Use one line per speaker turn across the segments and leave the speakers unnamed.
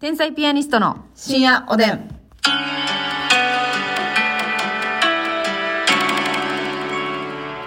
天才ピアニストの深夜おでん。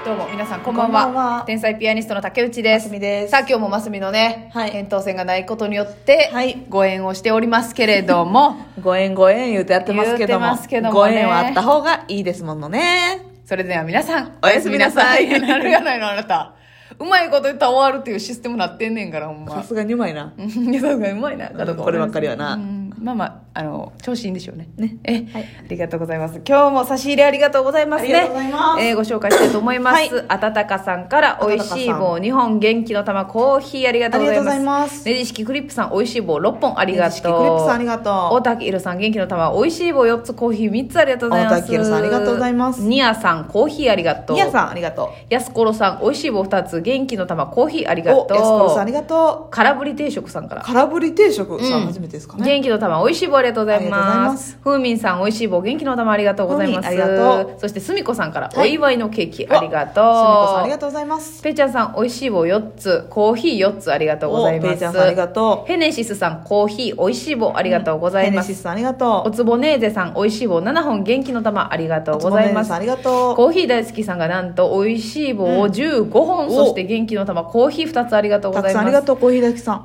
どうも皆さんこんばんは。
こんばんは
天才ピアニストの竹内です。
ますみです
さあ今日もますみのね、
はい
扁桃腺がないことによって、
はい
ご縁をしておりますけれども、
ご縁ご縁言うてやってますけ
言う
ども
てますけども
ご
ね
縁はあった方がいいですものね
それでは皆さん、
おやすみなさい
おやすみなるやない のあなた。うまいこと言ったら終わるっていうシステムなってんねんから、ほんま。
さすがにうまいな
うんいや そうかうまいなかどうか
こればっかりはな
うんまあまああの調子いいんでしょうね
ね
え、
はい
ありがとうございます今日も差し入れありがとうございますね
ありがとうございます
えーご紹介したいと思います、
はい
あたたかさんから
あた
お
た
い
かさん
しい棒2本元気の玉コーヒーありがとうございます
ありがとうございます
ねじ式クリップさんおいしい棒6本ありがとう
ねじ式クリップさんありがとう
大滝いろさん元気の玉おいしい棒4つコーヒー3つありがとうございます
大滝いろさんありがとうございます
ニアさんコーヒーありがとう
みやさんありがとう
やすころさんおいしい棒2つ元気の玉コーヒーありがとう
おやすころさんありがと
空振り定食さんから
う空振り定食さん、
うん
初めてですかね
元気の玉おいしい棒ありがとうござい
ありがとうござい
ま
ますす
ふうみんさんおいしい棒元気の玉ありがとうございます
ふうみんありがと
そしてすみこさんから
は
お
い
祝いのケーキありがとう、
すみこさんありがとうございます
ぺーちゃんさんおいしい棒4つコーヒー4つありがとうございます
おぺーちゃんさんありがとう
ヘネシスさんコーヒーおいしい棒ありがとうございま
ヘネシ
す、
スさんありが
お
とう
つぼねーぜさんおいしい棒7本元気の玉ありがとうございま
おつぼねーぜさんあり
す
がと
コーヒー大好きさんがなんとおいしい棒を15本、
お
そして元気の玉コーヒー2つありがとう
う
ご
た
ざ
く
い
さん
ま
あ
す
りがとうコーヒーだきさん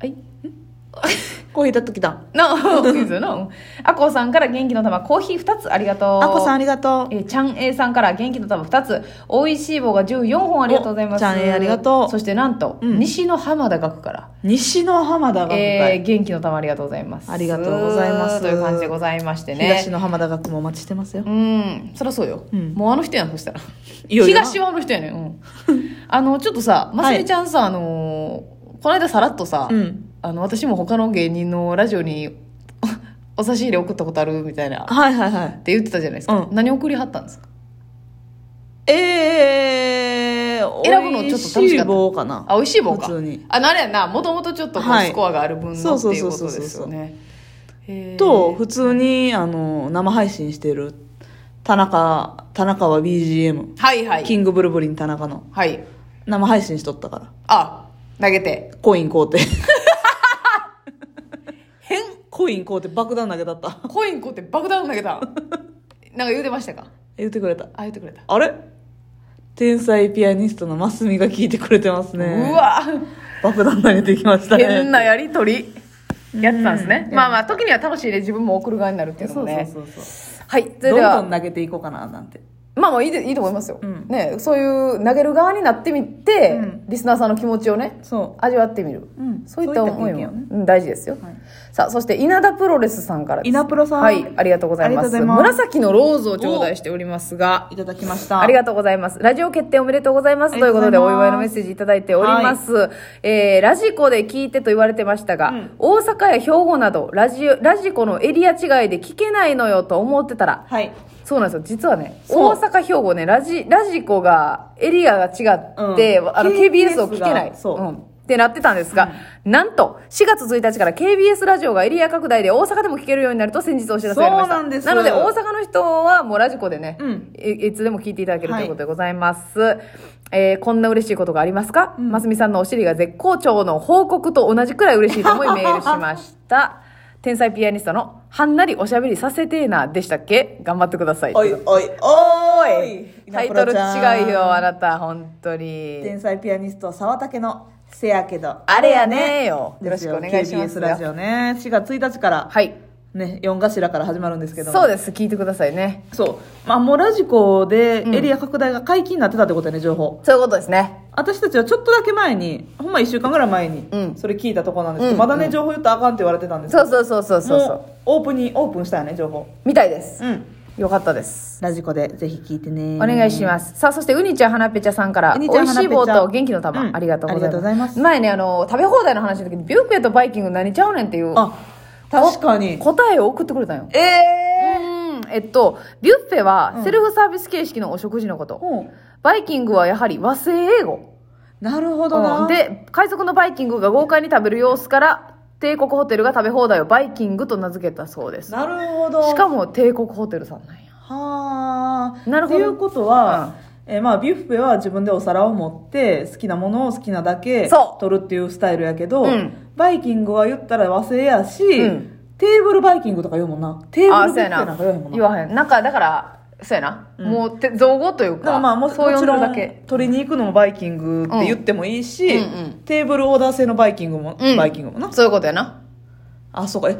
はい
コーヒーだっときた
な、いいですよな。あこさんから元気の玉、コーヒー2つありがとう。
あこさんありがとう
えーちゃんえいさんから元気の玉2つ、おいしい棒が14本ありがとうございます。
おちゃんえいありがとう
そしてなんと、
うん
西の浜田学から、
西の浜田が迎
えー
え、
元気の玉ありがとうございます。
ありがとうございます
という感じでございましてね。
東の浜田学もお待ちしてますよ、
うん、そりゃそうよ、
うん
もうあの人やん、そしたら。
いよいよな
東はあの人やねん。うん、あの、ちょっとさ、ますみちゃんさ、あのーこの間さらっとさ、
うん
あの私も他の芸人のラジオに お差し入れ送ったことあるみたいなっ
はいはいはい
て言ってたじゃないですか、
うん
何送りはったんですか
えー、
選ぶのちょっと楽しかった
美味しい棒かな
あ美味しい棒か
普通に
あなれやなもともとちょっとこう
はい
スコアがある分の
そう
って
そう
いう
そう
こ
そ
と
うそう
ですよねへー
と普通にあの生配信してる田中田中は BGM
はいは
キ
い
ングブルブリン田中の
はい
生配信しとったから
あ投げて
コイン買うて
変
コイン買うて爆弾投げたった
コインこうって爆弾投げた なんか言うてましたか
言ってくれた
あ言ってくれた、
あれ天才ピアニストのますみが聞いてくれてます ね
うわ
爆弾投げてきましたね
変なやりとりやってたんですね
うん
まあまあ時には楽しいで自分も送る側になるっていうの
そ
も
う
ね
そうそうそ
はいそうれ
ど
で
ん
は
どん投げていこうかななんて
まあまあいいでいいと思いますよ、
うん
ね、そういう投げる側になってみて、
うん
リスナーさんの気持ちをね
そ
味わってみる、
うん
そういった思い
そうい
も、
った経験をね
うん大事ですよ、
はい
さあそして稲田プロレスさんからです
稲プロさん
はいありがとうございます
ありがとうございます
紫のローズを頂戴しておりますが
ういただきました
ありがとうございます。ラジオ決定おめでとうございます。
あ
と
り
い
が
う
と
こ
う
と
ご
で
ざいます
お祝いのメッセージいただいております。えー、ラジコで聞いてと言われてましたが、
うん
大阪や兵庫などラジオ、ラジコのエリア違いで聞けないのよと思ってたら、
はい
そうなんですよ実はね
そ
大
う
阪兵庫ねラジラジコがエリアが違って、
うん
あの
KBS
KBS を聞けない
がそうん
ってなってたんですが、なんと4月1日から KBS ラジオがエリア拡大で大阪でも聞けるようになると先日お知らせがありました
そうなんです
ので大阪の人はもうラジコでね、
うん
いいつでも聞いていただけると
はい
いうことでございます、えーこんな嬉しいことがありますか、ますみさんのお尻が絶好調の報告と同じくらい嬉しいと思いメールしました 天才ピアニストのはんなりおしゃべりさせてーなでしたっけ頑張ってください
おいおいおーい
タイトル違いよあ
な
なた本当に
天才ピアニスト沢竹のせやけど
あれやねーよよ
で
ろし
す
くお願いします
KBS ラジ
よ
オね4月1日から、
はい
ね、4頭から始まるんですけども
そうです聞いてくださいね
そうまあもうラジコでエリア拡大が解禁になってたってことやね情報、
そういうことですね
私たちはちょっとだけ前にほんま1週間ぐらい前に
うん
それ聞いたとこなんですけど、
うん
まだね情報言ったらあかんって言われてたんですけ
そう
ど
そうそうそうそうそう
もうオープンにオープンしたよね情報
みたいです
うん
よかったです
ラジコでぜひ聞いてね
お願いします。さあ、そして、うにちゃん、はなぺちゃさんから、
う
美
にちゃん
味しい棒
はなぺちゃ
と元気の玉、
うん
ありがとうござい
あり
ます。
がとうございます
前ね、あの、食べ放題の話の時に、ビュッフェとバイキング何ちゃうねんっていう、
あ確かに
答えを送ってくれたんよ。
ええ
うんえっと、ビュッフェは、セルフサービス形式のお食事のこと。
うん
バイキングはやはり和製英語。
なるほどな、
うんで、海賊のバイキングが豪快に食べる様子から、帝国ホテルが食べ放題をバイキングと名付けたそうです。
なるほど
しかも帝国ホテルさんなんや。
はあ
なるほど
っていうことは、えーまあ、ビュッフェは自分でお皿を持って、好きなものを好きなだけ
そう
取るっていうスタイルやけど、
うん
バイキングは言ったら和製やし、
うん
テーブルバイキングとか言うもんな。テーブ
あ
ル
そう
ビュッ
や
フェなん
な
か言わへんもんな。
言わへんなんかだからそうやな、
うん
もうて造語という
だか
から
まあも
そう呼
も
ん
ち
で
ろ
るだ
ん
け
取りに行くのもバイキングって言ってもいいし、
うんうんうん
テーブルオーダー制のバイキングも、
うん
バイキングもな
そういうことやな
あそうかえ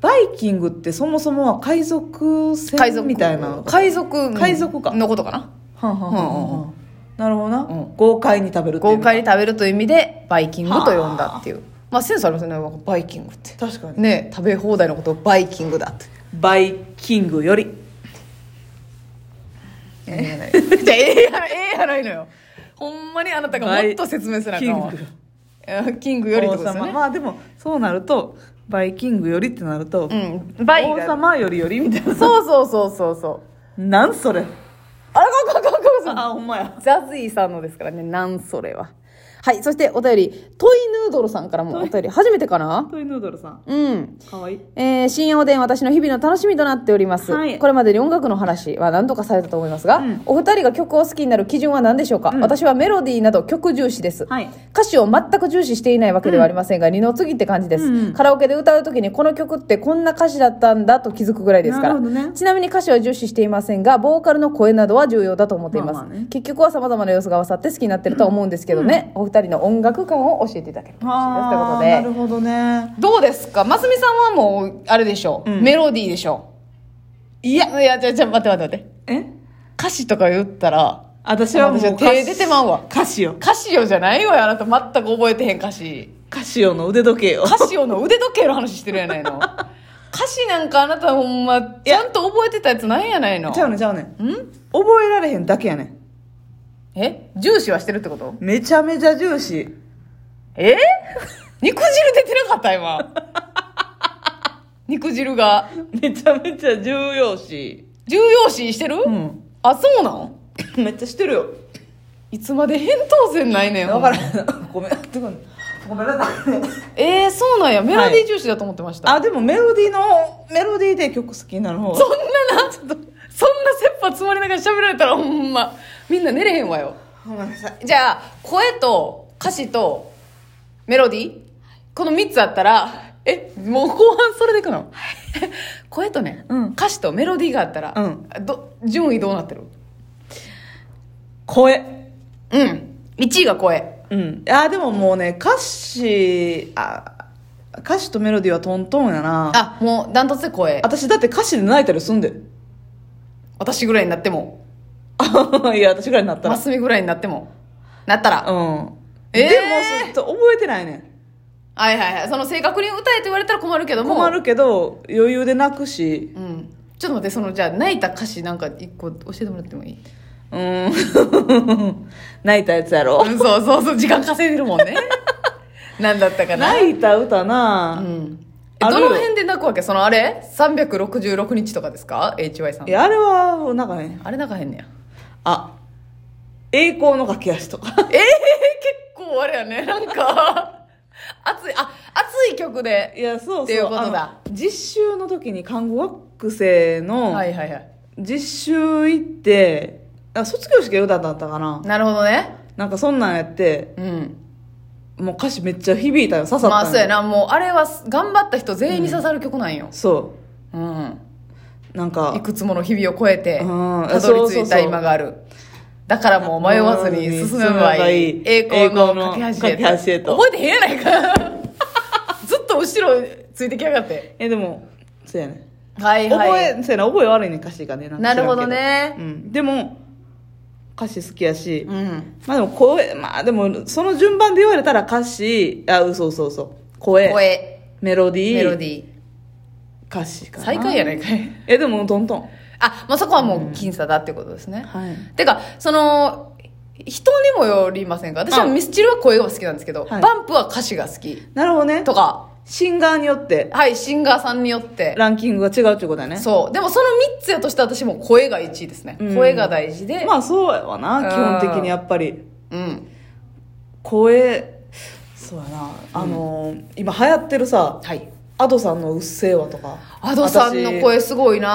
バイキングってそもそもは海賊
海
船
賊
みたいな
海賊
海賊か
のことかな
はんはんはんはんは
うんうん
なるほどな、
ん
豪快に食べるっていう
豪
の
快に食べるという意味でバイキングと呼んだっていうまあセンスありますねバイキングって
確かに、
ね食べ放題のことをバイキングだって
バイキングより
ええ じゃあええやろええやないのよほんまにあなたがもっと説明せなあかんわ
バイキング
えキングよりってことですよ
王
ね、
様まあでもそうなるとバイキングよりってなると、
うんバイ
王
が
様よりよりみたいな
そうそうそうそうそう
なんそれ
あらこここここ
あほんまや
ザズイさんのですからねなんそれははいそしてお便りトイヌードルさんからもお便り初めてかな
トイヌードルさん
うん
かわいい
えー、深夜おでん私の日々の楽しみとなっております、
はい
これまでに音楽の話は何とかされたと思いますが、
うん
お二人が曲を好きになる基準は何でしょうか、
うん
私はメロディーなど曲重視です、
はい
歌詞を全く重視していないわけではありませんが、二の次って感じです、
うん
カラオケで歌う時にこの曲ってこんな歌詞だったんだと気づくぐらいですから
なるほどね
ちなみに歌詞は重視していませんがボーカルの声などは重要だと思っています、
まあまあね
結局はさまざまな様子が合わさって好きになってるとは思うんですけどね、お二人の音楽感を教えていただければ
あ
嬉しいで
ー
すと
な
いうことで
るほどね
どうですかますみさんはもうあれでしょう、
うん
メロディーでしょういやいやじゃじゃ待って待って待って
え
歌詞とか言ったら
私はもう
私は手出てまうわ
カシオ
カシオじゃないよあなた全く覚えてへん歌詞
カシオの腕時計を
カシオの腕時計の話してるやないの歌詞なんかあなたほんまちゃんと覚えてたやつなんやないの
ちゃうねんちゃうねん
ん
覚えられへんだけやねん
え重視はしてるってこと
めちゃめちゃ重視
え 肉汁出てなかった今肉汁が
めちゃめちゃ重要視
重要視してる、
うん
あそうなん
めっちゃしてるよ
いつまで扁桃腺ないねん
わからん ごめんてかごめんなさい
えー、そうなんやメロディー重視だと思ってました、
あでもメロディーのメロディーで曲好きになる方
そんななそんな切羽詰まりながら喋られたらほんまみんな寝れへんわよ
ごめんなさい
じゃあ声と歌詞とメロディーこの3つあったらえもう後半それでいく の声とね、
うん
歌詞とメロディーがあったら、
う
ど順位どうなってる
声
うん1位が声
うんあでももうね歌詞あ歌詞とメロディーはトントンやな
あもうダントツで声
私だって歌詞で泣いたりすんで
私ぐらいになっても
いや私ぐらいになったら
ますみぐらいになってもなったら、
うん。
えー
でも、ちょっと覚えてないねん。
はいはいはいその正確に歌えと言われたら困るけども
困るけど、余裕で泣くし。
うんちょっと待ってそのじゃあ泣いた歌詞なんか一個教えてもらってもいい
うーん。 泣いたやつやろ
う。んそうそうそう時間稼いでるもんね 何だったかな
泣いた歌
う
な、
んえ
ある
ど
よ
の辺で泣くわけそのあれ366日とかですか HY さん
いや、あれは、なんかね、
あれ泣かへんねや
あ、栄光の駆け足 とか。
ええ結構あれやねなんか 熱いあ熱い曲で
いや、そうそう。
っていうことだ
あの実習の時に看護学生の
はいはいはい
実習行って、あ卒業式が歌だったかな
なるほどね
なんかそんなんやって、
うん
もう歌詞めっちゃ響いたよ。刺さったんよ
まあそうやなもうあれは頑張った人全員に刺さる曲なんよ、
そ
うん
う。なんか
い、くつもの日々を超えて
うん
たどり
そう
着
そう
い
そ
た
う
今があるだからもう迷わずに進めばいい
進めばいい
栄光の
栄光の
架け橋へと
架け橋へと
覚えてへんやないか ずっと後ろついてきやがって
え、でも、そうやね。
はい
覚
は
え、
い
そうやな、覚え悪いねん、歌詞がね。んか
なるほど
知らんけ
ね
ど。うん。でも、歌詞好きやし、
うん
まあでも声、まあでも、その順番で言われたら歌詞、あ、うそうそうそう。声、
声
メロディー、
メロディー
歌詞かな。
最下位や
ね。
ないかい
え、でも、トントン。
あまあそこはもう僅差だってことですね
はい。
てかその人にもよりませんか私は
うん
ミスチルは声が好きなんですけど、
はい
バンプは歌詞が好き
なるほどね。
とか
シンガーによって、
はいシンガーさんによって
ランキングが違うってことだね。
そう。でもその3つやとして私も声が1位ですね。
うん
声が大事で。
まあそうやわな、
うん
基本的にやっぱり。
うん。
声、そうやな、あのー今流行ってるさ、
はい。
アドさんの「うっせぇわ」とか
アドさんの声すごいな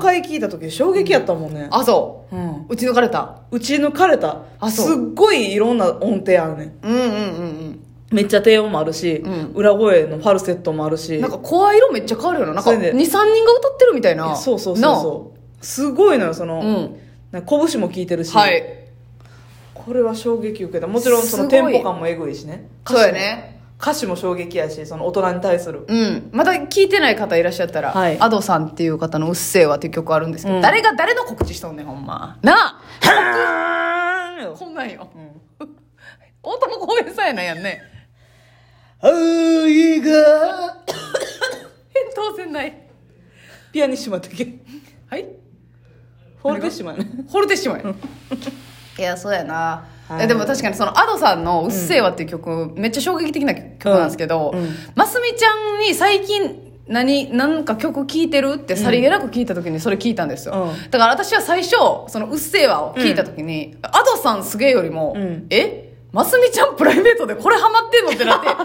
初回聞いた時衝撃やったもんね
あそ
うん
う打ち抜かれた
打ち抜かれた
あそう
すっごいいろんな音程あるねん
うんうんうん
めっちゃ低音もあるし、
うん
裏声のファルセットもあるし
うんなんか声色めっちゃ変わるよななんか
そうや
23
ね
人が歌ってるみたいな
そうそうそうそうすごいのよその、
なうん
なんか拳も効いてるし、
はい
これは衝撃受けたもちろんその
す
テ
ご
ン
い
ポ感もえぐいしね歌
そう
詞も
やね
歌詞も衝撃やしその大人に対する
うん、また聞いてない方いらっしゃったら、
はい
アドさんっていう方の「うっせぇわ」っていう曲あるんですけど、
うん
誰が誰の告知しとんねんほんまなあ
は
こんなんよ 大友公園さんやなんやんね
いが当
当然ない
ピアニッシュマだっけフ
はい
ォルテッシュマね
惚れてしまうよ いやそうやな、
はい
いやでも確かにその Ado さんの「うっせぇわ」っていう曲、めっちゃ衝撃的な曲なんですけど、
うんうん
ますみちゃんに最近何なんか曲聴いてるってさりげなく聞いた時にそれ聞いたんですよ、
う
だから私は最初その「うっせぇわ」を聞いた時に、Ado さんすげえよりも、
うん
えますみちゃんプライベートでこれハマってんのってな ってあんま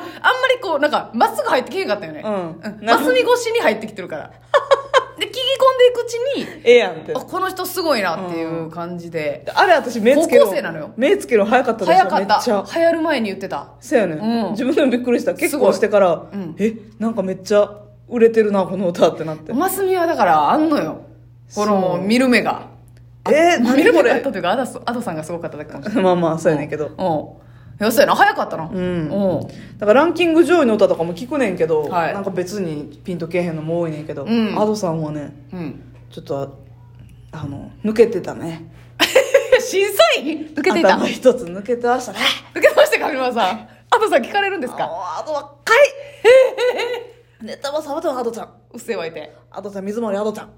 りこうなんかまっすぐ入ってけへんかったよね、
うん
ますみ越しに入ってきてるから で聞き込んでいくうちに
ええやんって
あこの人すごいなっていう感じで、
あれ私目つ
高
けろ
校生なのよ
目つけろ早かったでしょ
早かっ
めっちゃ
た流行る前に言ってた
そうやね、
うん
自分でもびっくりした結
すご
構
い
してから、
うん
えなんかめっちゃ売れてるなこの歌ってなって
マスミはだからあんのよこの
そう
見る目が
えー、
見
何
る
こ
目があった
れ
というかアダスアドさんがすごかっただけかもしれ
まあまあそうや
な
ね
い
んけど、
うんいやそうやな早かったなうん
だからランキング上位の歌とかも聞くねんけど、
はい
なんか別にピンとけえへんのも多いねんけど、
うん
アドさんはね
うん
ちょっとああの抜けてたね
審査員受けていた
頭
受
一つ抜けてましたね
けましたか上村さんアドさん聞かれるんですか
あアド若い ネタはサバとアドちゃん
うっせえわいて
アドちゃん水森アドちゃん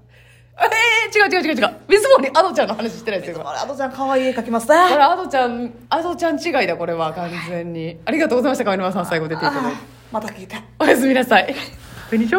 えー、違う違う違う違う水森アドちゃんの話してないです
水
よ
森アドちゃん可愛い絵描きます
これ
ね
アドちゃんアドちゃん違いだこれは完全にありがとうございました上村さん最後出ていただいて
あーまた聞いて
おやすみなさい。紅しょ